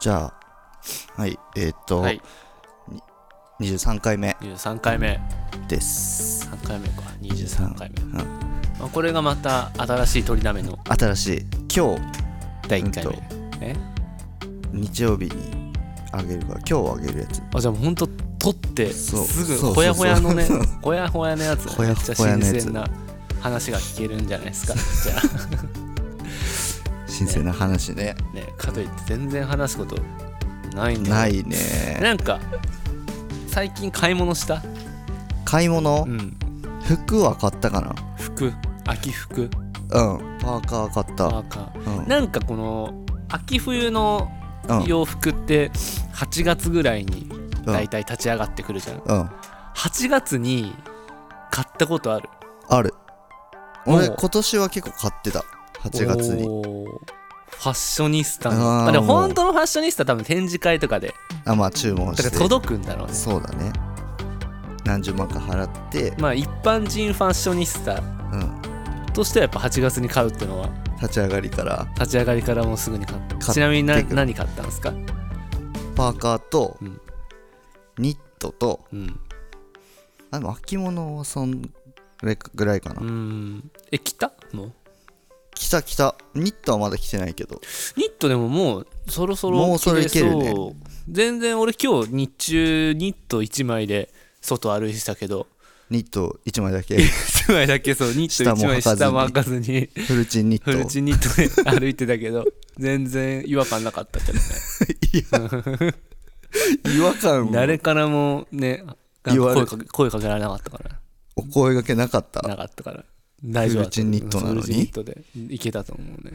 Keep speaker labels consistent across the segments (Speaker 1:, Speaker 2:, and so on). Speaker 1: じゃあ、はい、えーっと、
Speaker 2: はい
Speaker 1: に23回目
Speaker 2: 23回目
Speaker 1: です。
Speaker 2: 3回目か
Speaker 1: 23
Speaker 2: 23回目、
Speaker 1: うん
Speaker 2: まあ、これがまた新しい取りだめの
Speaker 1: 新しい、今
Speaker 2: 第1回目、
Speaker 1: うん
Speaker 2: え
Speaker 1: 日、日曜日にあげるから、今日あげるやつ。
Speaker 2: あじゃあもうほんと取って
Speaker 1: そうそう
Speaker 2: す
Speaker 1: そうそ
Speaker 2: ぐ
Speaker 1: う
Speaker 2: ほやほ やのねほやほやのやつ
Speaker 1: ほ
Speaker 2: め
Speaker 1: や
Speaker 2: っちゃ
Speaker 1: ほや
Speaker 2: 新
Speaker 1: のやつ
Speaker 2: 鮮な話が聞けるんじゃないで すかじゃ
Speaker 1: 新鮮な話ね。
Speaker 2: あねかといって全然話すことないんだよ
Speaker 1: ないね。
Speaker 2: なんか最近買い物した、
Speaker 1: 買い物、
Speaker 2: うん、
Speaker 1: 服は買ったか
Speaker 2: 服秋服
Speaker 1: なうん、パーカー買った。
Speaker 2: パーカ
Speaker 1: うん
Speaker 2: ーなんかこの秋冬の
Speaker 1: うん
Speaker 2: 洋服って8月ぐらいに
Speaker 1: うん
Speaker 2: 大体立ち上がってくるじゃん、
Speaker 1: うん、
Speaker 2: 8月に買ったことある
Speaker 1: ある。俺、
Speaker 2: おう
Speaker 1: 今年は結構買ってた。8月に。
Speaker 2: おーファッショニスタの
Speaker 1: あー
Speaker 2: まあでも
Speaker 1: もう
Speaker 2: 本当のファッショニスタ多分展示会とかで
Speaker 1: あ、まあ、注文
Speaker 2: だ
Speaker 1: し
Speaker 2: から
Speaker 1: て。
Speaker 2: 届くんだろうね
Speaker 1: そうだね。何十万か払って、
Speaker 2: まあ一般人ファッショニスタ
Speaker 1: うん、
Speaker 2: としてはやっぱ8月に買うってのは
Speaker 1: 立ち上がりから
Speaker 2: 立ち上がりからもうすぐに買った
Speaker 1: 買っ
Speaker 2: ちなみにな
Speaker 1: てくる
Speaker 2: 何買ったんですか
Speaker 1: パーカーと
Speaker 2: うん
Speaker 1: ニットと、
Speaker 2: うん
Speaker 1: あでも秋物はそんぐらいかな、
Speaker 2: うーんえ着たもう
Speaker 1: 着た着たニットはまだ着てないけど
Speaker 2: ニットでももうそろそろ
Speaker 1: もうそれ
Speaker 2: 着れそう
Speaker 1: いける
Speaker 2: 全然俺今日日中ニット1枚で外歩いてたけど
Speaker 1: ニット1枚だけ
Speaker 2: 1枚だけそうニット1枚
Speaker 1: 下
Speaker 2: 下
Speaker 1: も履
Speaker 2: も履かずに
Speaker 1: フルチンニット
Speaker 2: フルチンニットで歩いてたけど全然違和感なかったけどね
Speaker 1: 違和感
Speaker 2: 誰からもねなん
Speaker 1: 言わ
Speaker 2: か
Speaker 1: れ
Speaker 2: 声かけ声かけられなかったから
Speaker 1: お声がけなかった
Speaker 2: なかったから大丈夫だと
Speaker 1: フルチンニッ
Speaker 2: 思う
Speaker 1: トなのに
Speaker 2: フルチンニットでいけたと思うね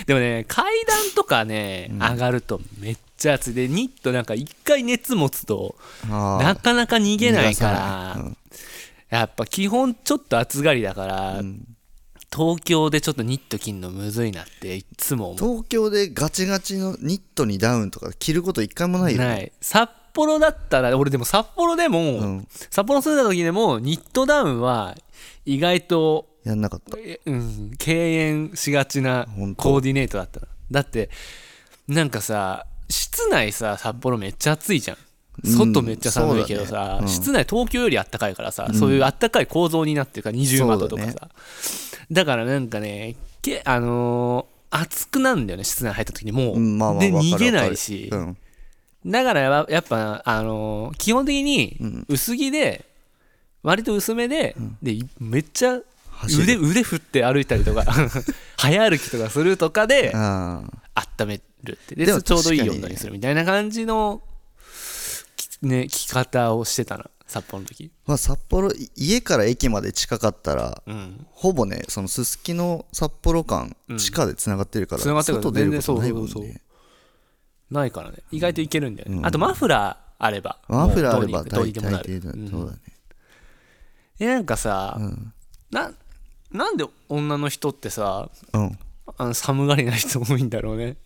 Speaker 2: でもね階段とかね、上がるとめっちゃ暑いでニットなんか一回熱持つと
Speaker 1: あー
Speaker 2: なかなか逃げないか
Speaker 1: 逃がさ
Speaker 2: ら
Speaker 1: ないうん
Speaker 2: やっぱ基本ちょっと暑がりだから、東京でちょっとニット着んのむずいなっていっつも思う
Speaker 1: 東京でガチガチのニットにダウンとか着ること一回もないよね
Speaker 2: ない札幌だったら俺でも札幌でも、
Speaker 1: うん
Speaker 2: 札幌住んでた時でもニットダウンは意外と、
Speaker 1: やんなかった
Speaker 2: えうん、敬遠しがちな
Speaker 1: 本当
Speaker 2: コーディネートだったなだってなんかさ室内さ札幌めっちゃ暑いじゃん
Speaker 1: うん
Speaker 2: 外めっちゃ寒いけど
Speaker 1: そうだ
Speaker 2: さ、
Speaker 1: ねうん
Speaker 2: 室内東京より暖かいからさ、そういう暖かい構造になってるから20窓とかさ
Speaker 1: そう
Speaker 2: だ,、からなんかねけあのー暑くなんだよね室内入った時にもう、
Speaker 1: うんまあまあ
Speaker 2: で
Speaker 1: わかる
Speaker 2: 逃げな
Speaker 1: わか
Speaker 2: い
Speaker 1: る
Speaker 2: し、
Speaker 1: うん
Speaker 2: だからややっぱ、あのー基本的に薄着で、割と薄めで,、でいめっちゃ
Speaker 1: 走
Speaker 2: 腕
Speaker 1: る
Speaker 2: 腕振って歩いた りとか早歩きとかするとかで
Speaker 1: あー
Speaker 2: 温めるってで
Speaker 1: でも
Speaker 2: ちょうどいい
Speaker 1: 確かに
Speaker 2: 温度にするみたいな感じの、きね、着方をしてたな札幌の時
Speaker 1: まあ札幌い家から駅まで近かったら
Speaker 2: うん
Speaker 1: ほぼねそのすすきの札幌間
Speaker 2: うん
Speaker 1: 地下でつながってるから、
Speaker 2: つながってるから
Speaker 1: 外出るこ
Speaker 2: 全然
Speaker 1: とないもん
Speaker 2: そうそうそ
Speaker 1: ね
Speaker 2: ないからね意外といけるんだよね、
Speaker 1: うん
Speaker 2: あとマフラーあれば
Speaker 1: ワンフラーあれ
Speaker 2: も
Speaker 1: ば
Speaker 2: うどうに
Speaker 1: 大
Speaker 2: どうにでもな
Speaker 1: 体
Speaker 2: る
Speaker 1: 出る
Speaker 2: うん
Speaker 1: そうだね
Speaker 2: えなんかさ、
Speaker 1: ん
Speaker 2: ななんで女の人ってさ
Speaker 1: うん
Speaker 2: あの寒がりな人多いんだろうね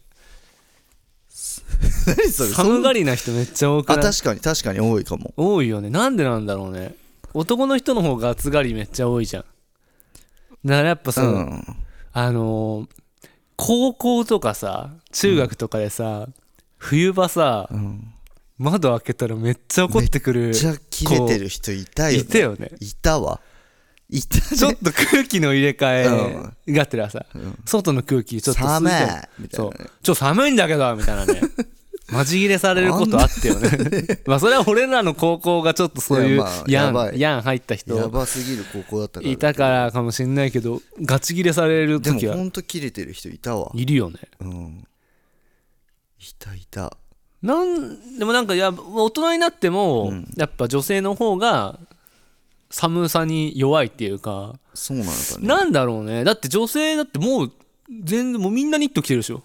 Speaker 1: 何それ
Speaker 2: 寒がりな人めっちゃ多く
Speaker 1: あ
Speaker 2: ない
Speaker 1: 確かに確かに多いかも
Speaker 2: 多いよねなんでなんだろうね男の人の方が暑がりめっちゃ多いじゃんだからやっぱ
Speaker 1: う
Speaker 2: さ、
Speaker 1: ん
Speaker 2: あのー高校とかさ中学とかでさ、冬場さ、
Speaker 1: ん
Speaker 2: 窓開けたらめっちゃ怒ってくる
Speaker 1: じゃあ切れてる人いたよ、ね、
Speaker 2: いたよね
Speaker 1: いたわいた
Speaker 2: ちょっと空気の入れ替えがてらさ、外の空気ちょっと吸い
Speaker 1: 寒い
Speaker 2: たい
Speaker 1: みたい
Speaker 2: そ
Speaker 1: な
Speaker 2: う
Speaker 1: ね
Speaker 2: ちょ寒いんだけどみたいな ねマジ切れされることあったよね まあそれは俺らの高校がちょっとそうい
Speaker 1: いうやまあ
Speaker 2: ヤ
Speaker 1: や
Speaker 2: ン、
Speaker 1: ばい
Speaker 2: ヤン入った
Speaker 1: や
Speaker 2: 人
Speaker 1: ばすぎる高校だったから
Speaker 2: いたからかもしんないけどガチ切れされる
Speaker 1: でも
Speaker 2: 時は
Speaker 1: ほんと切れてる人いたわ
Speaker 2: いるよね
Speaker 1: うんいたいた
Speaker 2: なんでもなんかいや大人になっても、やっぱ女性の方が寒さに弱いっていうか、
Speaker 1: そうなのかね
Speaker 2: なんだろうねだって女性だってもう全然もうみんなニット着てるでしょ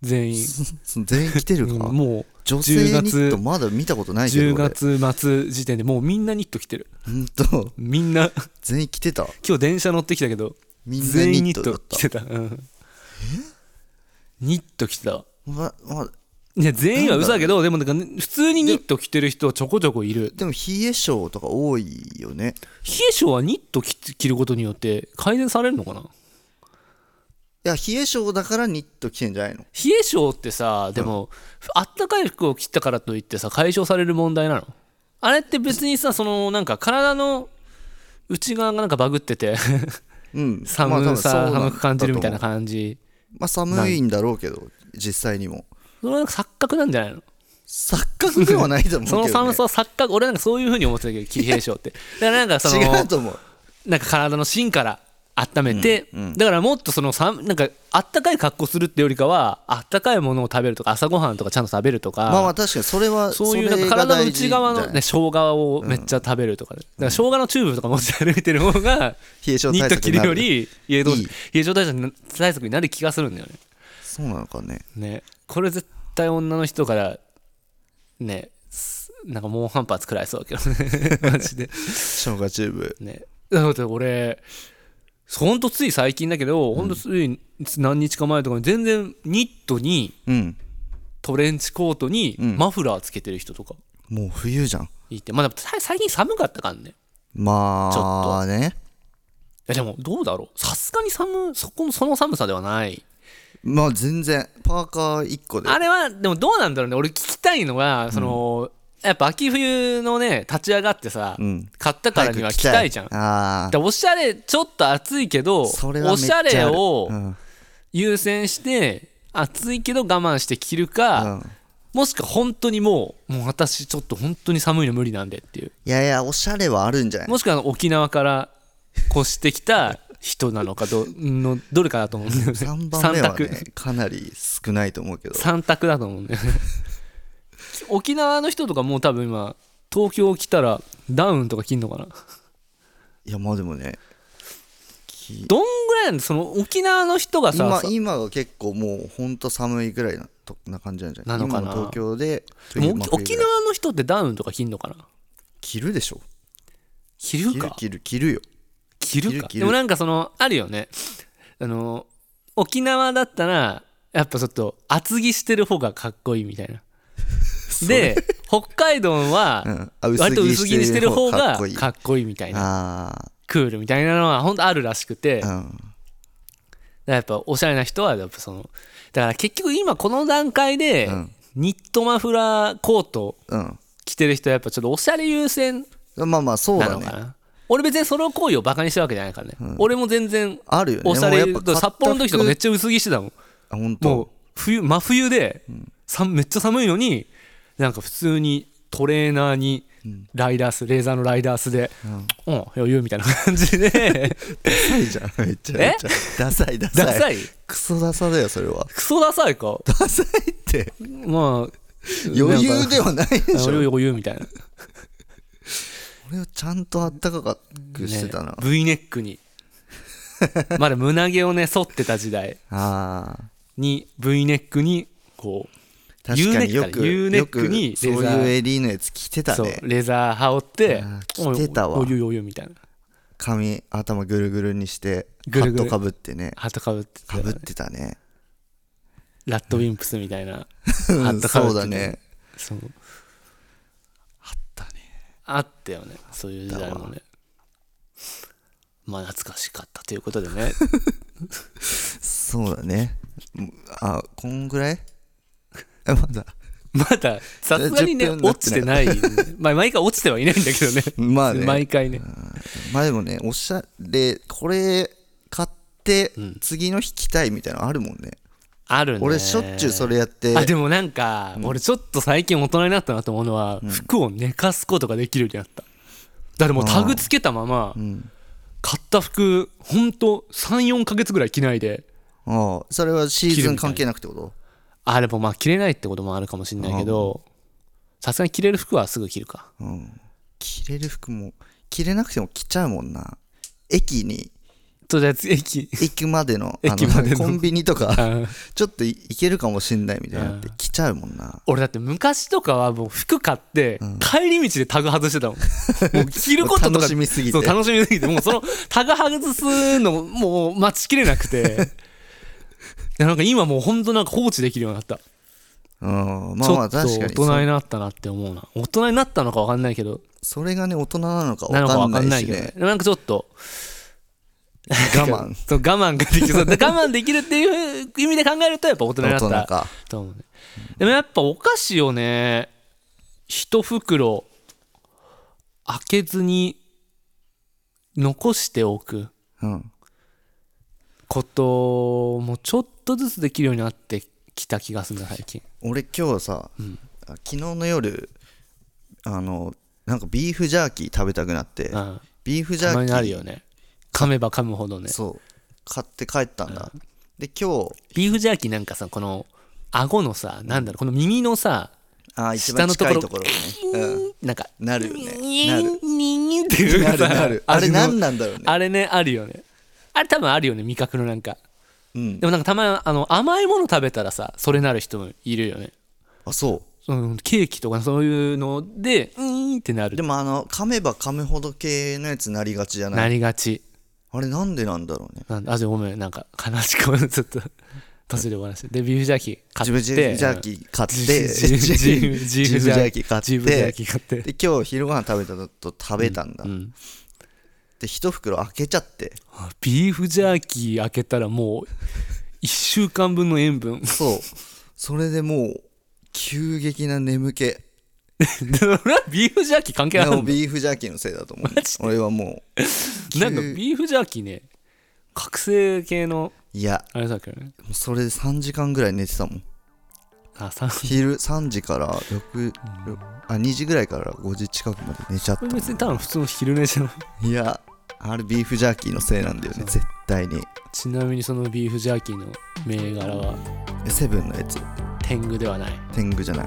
Speaker 2: 全 員
Speaker 1: その全員来てるか、
Speaker 2: うんもう
Speaker 1: 女性ニ
Speaker 2: 10月
Speaker 1: ットまだ見たことないけど
Speaker 2: 10
Speaker 1: 俺
Speaker 2: 月末時点でもうみんなニット着てる
Speaker 1: ほんと
Speaker 2: みんな
Speaker 1: 全員来てた
Speaker 2: 今日電車乗ってきたけど
Speaker 1: みんな
Speaker 2: 全員
Speaker 1: ニ
Speaker 2: ニ
Speaker 1: ッ
Speaker 2: ッ
Speaker 1: トだ
Speaker 2: ト
Speaker 1: っ
Speaker 2: 着
Speaker 1: た
Speaker 2: てたうんニット着てたわ
Speaker 1: わわ
Speaker 2: いや全員は嘘だけどでもなんかね普通にニット着てる人はちょこちょこいる
Speaker 1: でも冷え性とか多いよね
Speaker 2: 冷え性はニット着て着ることによって改善されるのかな
Speaker 1: や冷え性だからニット着てんじゃないの
Speaker 2: 冷え性ってさでも、あったかい服を着たからといってさ解消される問題なのあれって別にさそのなんか体の内側がなんかバグっ てて
Speaker 1: うん
Speaker 2: 寒さ
Speaker 1: まあ多分そうなんだと思
Speaker 2: 寒
Speaker 1: う
Speaker 2: く感じるみたいな感じ
Speaker 1: まあ寒いんだろうけど実際にも
Speaker 2: それはなんか錯覚なんじゃないの
Speaker 1: 錯覚ではないと思うけ
Speaker 2: そ
Speaker 1: ど、
Speaker 2: の
Speaker 1: ね、
Speaker 2: 寒さは錯覚俺なんかそういうふうに思ってたけど気冷症ってだからなんかそ
Speaker 1: 違う
Speaker 2: の
Speaker 1: と思う
Speaker 2: なんか体の芯から温めて、だからもっとその寒なんかあったかい格好するってよりかはあったかいものを食べるとか朝ごはんとかちゃんと食べるとか、
Speaker 1: まあまあ確かにそれは
Speaker 2: そういう
Speaker 1: そ
Speaker 2: な
Speaker 1: れ
Speaker 2: ん
Speaker 1: が
Speaker 2: か体の
Speaker 1: 大事
Speaker 2: 内側
Speaker 1: じ
Speaker 2: の
Speaker 1: ゃない
Speaker 2: ね生姜をめっちゃ食べるとかね、だから生姜のチューブとか持ち歩いてる方が
Speaker 1: 冷え性
Speaker 2: ニ
Speaker 1: 対
Speaker 2: ット
Speaker 1: 策
Speaker 2: 着
Speaker 1: にな
Speaker 2: る
Speaker 1: る
Speaker 2: より冷え
Speaker 1: いい
Speaker 2: 性対策にな対策になる気がするんだよね
Speaker 1: そうなのかね
Speaker 2: ねこれ絶対女の人からねすなんか猛反発食らいそうだけどね マジで
Speaker 1: 生姜チューブ
Speaker 2: ねだって俺ほんとつい最近だけどほんとつい何日か前とかに全然ニットに
Speaker 1: うん
Speaker 2: トレンチコートにマフラーつけてる人とか
Speaker 1: もう冬じゃん
Speaker 2: いてまあでもさ最近寒かったからね
Speaker 1: まあね
Speaker 2: いやでもどうだろうさすがに寒そこもその寒さではない
Speaker 1: まあ全然パーカー1個で
Speaker 2: あれはでもどうなんだろうね俺聞きたいのがその、やっぱ秋冬のね立ち上がってさ、
Speaker 1: うん
Speaker 2: 買ったからには着たいじゃん
Speaker 1: あ
Speaker 2: でおしゃれちょっと暑いけど
Speaker 1: あそれはめ
Speaker 2: お
Speaker 1: っ
Speaker 2: し
Speaker 1: ちゃあ
Speaker 2: ゃ
Speaker 1: る
Speaker 2: れを
Speaker 1: うん
Speaker 2: 優先して暑いけど我慢して着るか、
Speaker 1: うん
Speaker 2: もしくは本当にもうもう私ちょっと本当に寒いの無理なんでっていう
Speaker 1: いやいやおしゃれはあるんじゃない
Speaker 2: もしくはあの沖縄から越してきた人なのかどのどれかだと思うんだよね
Speaker 1: 3番目は
Speaker 2: 三択
Speaker 1: ねかなり少ないと思うけど
Speaker 2: 三択だと思うんだよね沖縄の人とかもう多分今東京来たらダウンとか着んのかない
Speaker 1: やまあでもねき
Speaker 2: どんぐらいなんでその沖縄の人がさ
Speaker 1: 今
Speaker 2: さ
Speaker 1: 今は結構もうほんと寒いぐらいなとな感じなんじゃない
Speaker 2: なのかな
Speaker 1: 今東京で
Speaker 2: で
Speaker 1: 冬真冬
Speaker 2: も
Speaker 1: ぐらい
Speaker 2: 沖縄の人ってダウンとか着んのかな
Speaker 1: 着るでしょ
Speaker 2: 着
Speaker 1: 着
Speaker 2: る
Speaker 1: る
Speaker 2: か
Speaker 1: 着る着るよ
Speaker 2: 着る
Speaker 1: 着る
Speaker 2: か
Speaker 1: 着る
Speaker 2: でもなんかそのあるよねあの沖縄だったらやっぱちょっと厚着してる方がかっこいいみ たいなで北海道
Speaker 1: う
Speaker 2: は
Speaker 1: んあ
Speaker 2: 割と薄着にしてる方
Speaker 1: か
Speaker 2: が
Speaker 1: っこいい
Speaker 2: かっこいいみたい
Speaker 1: あ
Speaker 2: な
Speaker 1: あ
Speaker 2: クールみたいなのは本当あるらしくて、
Speaker 1: うん
Speaker 2: だからやっぱおしゃれな人はやっぱそのだから結局今この段階で
Speaker 1: うん
Speaker 2: ニットマフラーコート
Speaker 1: うん
Speaker 2: 着てる人はやっぱちょっとおしゃれ優先
Speaker 1: まあまあそう
Speaker 2: な
Speaker 1: だ
Speaker 2: のか
Speaker 1: ね
Speaker 2: な、俺別にその行為をバカにしてるわけじゃないからね、俺も全然
Speaker 1: あるよね
Speaker 2: おしゃ
Speaker 1: も
Speaker 2: れ
Speaker 1: うやっぱ買った服
Speaker 2: 札幌の時とかめっちゃ薄着してたもん
Speaker 1: あ本当
Speaker 2: もう冬真冬で、さめっちゃ寒いのになんか普通にトレーナーにライダースレーザーのライダースで「うん、余裕」みたいな感 じで
Speaker 1: ダサいじゃんめっちゃ
Speaker 2: え
Speaker 1: めっちゃダサいダサい
Speaker 2: ダサい
Speaker 1: クソダサだよそれは
Speaker 2: クソダサいか
Speaker 1: ダサいって
Speaker 2: まあ
Speaker 1: 余裕ではないでしょ
Speaker 2: 余裕余裕みたいな
Speaker 1: 俺はちゃんとあったかくしてたな、
Speaker 2: ね V ネック にまだ胸毛をね剃ってた時代
Speaker 1: ああ
Speaker 2: に V ネックにこう
Speaker 1: 確かによく
Speaker 2: U ネックだね U ネックに
Speaker 1: よくそう
Speaker 2: レザー
Speaker 1: いう襟のやつ着てた
Speaker 2: そう
Speaker 1: ね
Speaker 2: レザー羽織って
Speaker 1: あー着てたわ
Speaker 2: おいおいおいおいみたいな
Speaker 1: 髪頭ぐるぐるにして
Speaker 2: ぐる
Speaker 1: ハッ
Speaker 2: ぐる
Speaker 1: トかぶってね
Speaker 2: ハットかぶって た
Speaker 1: かぶってたね
Speaker 2: ラッドウィンプスみたいな
Speaker 1: うん
Speaker 2: ハットか
Speaker 1: そ
Speaker 2: ぶって
Speaker 1: うだね
Speaker 2: そうあったねあったよねそういう時代もねまあ懐かしかったということで ね
Speaker 1: そうだねうんあこんぐらい あまだ
Speaker 2: まださすがにね
Speaker 1: 10分経
Speaker 2: 落
Speaker 1: って
Speaker 2: ちてないまあ毎回落ちてはいないんだけどね
Speaker 1: まあね
Speaker 2: 毎回ね
Speaker 1: まあでもねおしゃれこれ買って次の日着たいみたいなのあるもんね、
Speaker 2: あるね
Speaker 1: 俺しょっちゅうそれやって
Speaker 2: あでもなんか、俺ちょっと最近大人になったなと思うのは、服を寝かすことができるようになっただってもうタグつけたまま、買った服ほんと34ヶ月ぐらい着ないで
Speaker 1: ああそれはシーズン関係なくってこと
Speaker 2: あれもまあ着れないってこともあるかもしれないけどさすがに着れる服はすぐ着るか
Speaker 1: 着れる服も着れなくても着ちゃうもんな駅 に
Speaker 2: とりあえず駅
Speaker 1: 行くまでのあの
Speaker 2: 駅までの
Speaker 1: コンビニとか
Speaker 2: あ
Speaker 1: ちょっとい行けるかもしんないみたいになって着ちゃうもんな
Speaker 2: 俺だって昔とかはもう服買って帰り道でタグ外してたもんもう着ること
Speaker 1: も
Speaker 2: とか
Speaker 1: う楽しみすぎて
Speaker 2: そう楽しみすぎてもうその タグ外すのもう待ちきれなくて いやなんか今もうほんとなんか放置できるようになった
Speaker 1: うんまあまあ
Speaker 2: ちょっ
Speaker 1: 確
Speaker 2: と
Speaker 1: か
Speaker 2: 大
Speaker 1: にそ
Speaker 2: 人になったなって思うな大人になったのか分かんないけど
Speaker 1: それがね大人なのか
Speaker 2: なのか
Speaker 1: 分
Speaker 2: 分
Speaker 1: か
Speaker 2: か
Speaker 1: ん
Speaker 2: ん
Speaker 1: な
Speaker 2: ないい
Speaker 1: し
Speaker 2: けど
Speaker 1: ね
Speaker 2: ねなんかちょっと
Speaker 1: 我 慢
Speaker 2: そう我慢ができるそう我慢できるっていう意味で考えるとやっぱ大人にな
Speaker 1: 大
Speaker 2: っ
Speaker 1: 人
Speaker 2: た
Speaker 1: か
Speaker 2: と思うねでもやっぱお菓子をね一袋開けずに残しておく
Speaker 1: うん
Speaker 2: こともちょっとずつできるようになってきた気がするな最近
Speaker 1: 俺今日さ、あ昨日の夜あのなんかビーフジャーキー食べたくなって、
Speaker 2: うん
Speaker 1: ビーフジャ
Speaker 2: たま
Speaker 1: ー
Speaker 2: に
Speaker 1: キ
Speaker 2: あ
Speaker 1: ー
Speaker 2: るよね噛めば噛むほどね
Speaker 1: そう買って帰ったんだ、で今日
Speaker 2: ビーフジャーキーなんかさこの顎のさなんだろうこの耳のさ
Speaker 1: あー一
Speaker 2: 下
Speaker 1: 番
Speaker 2: のと
Speaker 1: 近
Speaker 2: こ
Speaker 1: い
Speaker 2: ろ
Speaker 1: ところね、うん、
Speaker 2: なんか
Speaker 1: なるよねなる
Speaker 2: ニンって いう
Speaker 1: な
Speaker 2: さ
Speaker 1: るなるあれ
Speaker 2: 味の
Speaker 1: 何なんだろうね
Speaker 2: あれねあるよねあれ多分あるよね味覚のなんか
Speaker 1: うん
Speaker 2: でもなんかたまにあの甘いもの食べたらさそれなる人もいるよね
Speaker 1: あそ
Speaker 2: そのケーキとかそういうのでうーんってな
Speaker 1: う
Speaker 2: る
Speaker 1: でもあの噛めば噛むほど系のやつなりがちじゃない
Speaker 2: なりがち
Speaker 1: あれなんでなんだろうね
Speaker 2: なんだあじゃあごめんなんか悲しくちょっと途中で終わらせてでビーフジャーキー買
Speaker 1: ジ
Speaker 2: っ
Speaker 1: ブ
Speaker 2: て
Speaker 1: ジブジャーキー買っ
Speaker 2: ジ
Speaker 1: て
Speaker 2: ジジジブジ
Speaker 1: ジブジャーキー買
Speaker 2: ジブジャー
Speaker 1: っ
Speaker 2: キー買って
Speaker 1: てで今日昼ご飯食べたのと食べたんだ
Speaker 2: うん
Speaker 1: で一袋開けちゃって
Speaker 2: あビーフジャーキー開けたらもう1週間分の塩分
Speaker 1: そうそれでもう急激な眠 気
Speaker 2: で俺はビーフジャーキー関係あ
Speaker 1: で
Speaker 2: る
Speaker 1: も
Speaker 2: の
Speaker 1: ビーフジャーキーのせいだと思う俺はもう
Speaker 2: なんか
Speaker 1: 急
Speaker 2: ビーフジャーキーね覚醒系の
Speaker 1: いや
Speaker 2: あれだけどね
Speaker 1: もうそれで3時間ぐらい寝てたもん
Speaker 2: あさ
Speaker 1: 昼3時から6あ2時ぐらいから5時近くまで寝ちゃっ
Speaker 2: これ別にただの普通の昼寝じゃない
Speaker 1: たいやあれビーフジャーキーのせいなんだよね絶対に
Speaker 2: ちなみにそのビーフジャーキーの銘柄は
Speaker 1: えセブンのやつ
Speaker 2: 天狗ではない
Speaker 1: 天狗じゃない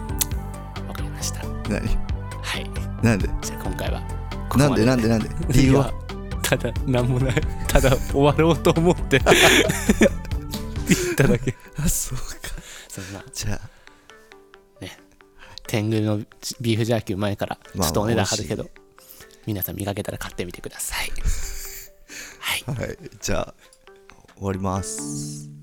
Speaker 2: わかりました
Speaker 1: 何
Speaker 2: はい
Speaker 1: なんで
Speaker 2: じゃあ今回はここ
Speaker 1: なん
Speaker 2: ま
Speaker 1: で
Speaker 2: で
Speaker 1: なんでなん で理由は
Speaker 2: ただ何もないただ終わろうと思って言っただけ
Speaker 1: あそうか
Speaker 2: そんな
Speaker 1: じゃあ
Speaker 2: 天狗のビーフジャーキーうまいからち
Speaker 1: まあ
Speaker 2: ょっとお値段張るけど、皆さん見かけたら買ってみてくださいはい
Speaker 1: はいじゃあ終わります